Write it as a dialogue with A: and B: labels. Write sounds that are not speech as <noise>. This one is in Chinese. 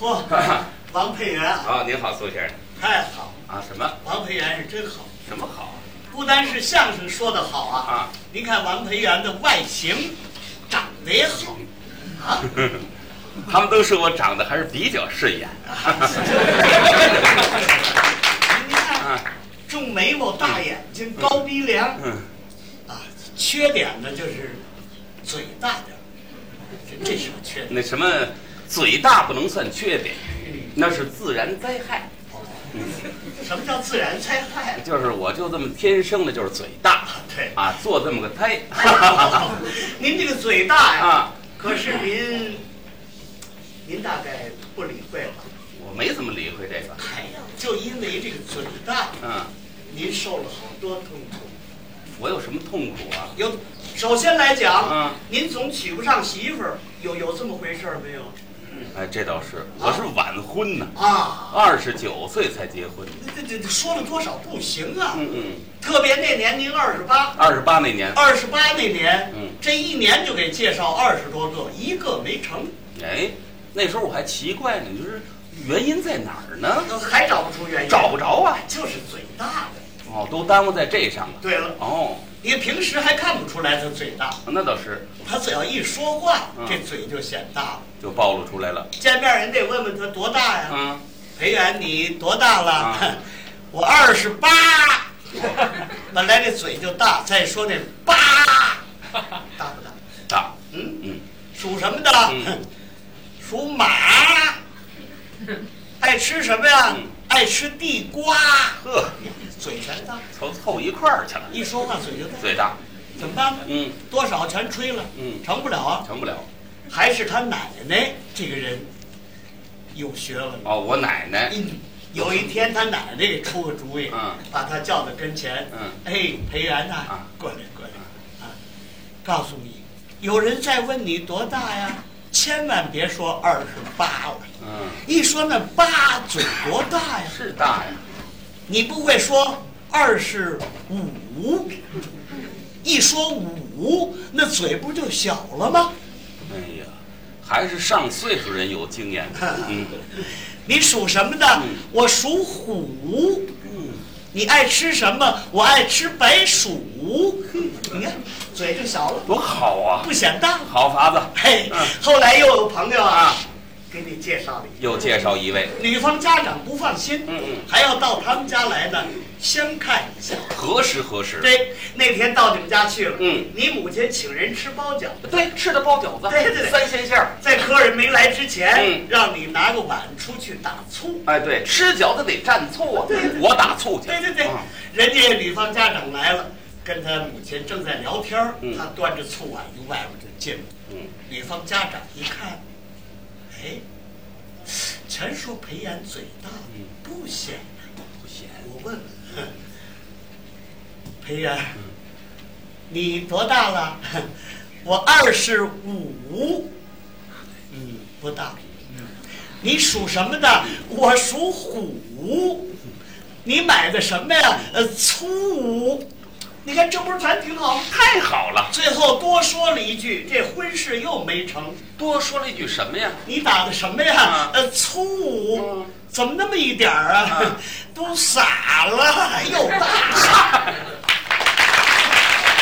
A: 嚯，王佩元
B: 啊，您好，苏先生
A: 太好，
B: 啊，什么
A: 王佩元是真好，
B: 什么好 <laughs>
A: 不单是相声说的好啊，
B: 啊？
A: 您看王培元的外形，长得也好啊，
B: 他们都说我长得还是比较顺眼。 <laughs>
A: 您看
B: 啊，
A: 重眉毛、大眼睛、高鼻梁
B: 嗯，
A: 啊，缺点呢就是嘴大点儿，这这是个缺点。
B: 那什么，嘴大不能算缺点，那是自然灾害。
A: 什么叫自然灾
B: <laughs>
A: 害？
B: 就是我就这么天生的，就是嘴大
A: 啊对
B: 啊，做这么个胎。 <laughs>
A: 哎您这个嘴大呀，
B: 啊，
A: 可是您，您大概不理会吧？
B: 我没怎么理会这个。
A: 哎呀，就因为这个嘴大，
B: 嗯，
A: 您受了好多痛苦。
B: 我有什么痛苦啊？
A: 有，首先来讲，
B: 嗯
A: 您总娶不上媳妇儿，有有这么回事儿没有？
B: 哎，这倒是，我是晚婚呢，
A: 啊，
B: 二十九岁才结婚。
A: 这这这说了多少不行啊！
B: 嗯嗯，
A: 特别那年您二十八，
B: 二十八那年，
A: 二十八那年，
B: 嗯
A: 这一年就给介绍二十多个，一个没成，
B: 哎，那时候我还奇怪呢，就是原因在哪儿呢？
A: 还找不出原因，
B: 找不着啊。
A: 就是嘴大的。
B: 哦，都耽误在这上了。
A: 对了，
B: 哦，
A: 你平时还看不出来他嘴大，
B: 那倒是，
A: 他只要一说话，
B: 嗯
A: 这嘴就显大了。
B: 就暴露出来了。
A: 见面人得问问他多大呀？
B: 嗯，
A: 裴元，你多大了？
B: 啊
A: <laughs> 我二十八。 <laughs> 本来这嘴就大，再说这
B: <laughs>
A: 八，大不大？
B: 大，
A: 嗯，
B: 嗯，
A: 属什么的？
B: 嗯
A: 属马。爱吃什么呀？
B: 嗯
A: 爱吃地瓜。哎
B: 呵，
A: 嘴全大，
B: 凑凑一块儿去了。
A: 一说话嘴就大，
B: 嘴大，
A: 怎么办呢？
B: 嗯，
A: 多少全吹了，
B: 嗯
A: 成不了啊。
B: 成不了。
A: 还是他奶奶这个人有学问。
B: 哦，我奶奶，
A: 嗯，有一天他奶奶给出个主意，
B: 嗯
A: 把他叫到跟前，
B: 嗯
A: 哎，裴元呐、
B: 啊
A: 过来过来，啊，告诉你，有人在问你多大呀，千万别说二十八了，
B: 嗯，
A: 一说那八嘴多大呀，
B: 是大呀。
A: 你不会说二十五，一说五，那嘴不就小了吗？
B: 哎呀，还是上岁数人有经验。嗯，
A: 你属什么的？我属虎。
B: 嗯
A: 你爱吃什么？我爱吃白薯。
B: 嗯
A: 你看，嘴就小了，
B: 多好啊，
A: 不显大。
B: 好法子。
A: 嘿
B: 嗯，
A: 后来又有朋友啊
B: 啊，
A: 给你介绍了一
B: 又介绍一位
A: 个，女方家长不放心，
B: 嗯嗯
A: 还要到他们家来呢，先看一下。
B: 何时何时？
A: 对，那天到你们家去了，
B: 嗯
A: 你母亲请人吃包饺子，
B: 对，吃的包饺子，
A: 对对对
B: 三鲜馅儿。
A: 在客人没来之前
B: 嗯，
A: 让你拿个碗出去打醋。
B: 哎，对，吃饺子得蘸醋啊
A: 对对对。
B: 我打醋去。
A: 对对对
B: 嗯，
A: 人家女方家长来了，跟他母亲正在聊天儿
B: 嗯
A: 他端着醋碗由外边就进了。
B: 嗯，
A: 女方家长一看，哎，全说裴岩嘴大，
B: 嗯
A: 不显啊
B: 不咸。
A: 我问问，哼 <laughs> 裴岩，你多大了？ <laughs> 哼我二十五。嗯，不大。你属什么的？我属虎。你买的什么呀？呃，粗。你看这不是全挺好吗？
B: 太好了。
A: 最后多说了一句，这婚事又没成。
B: 多说了一句什么呀？
A: 你打的什么呀
B: 啊？
A: 呃，粗
B: 嗯，啊
A: <laughs> 怎么那么一点儿啊？都傻了，又大了。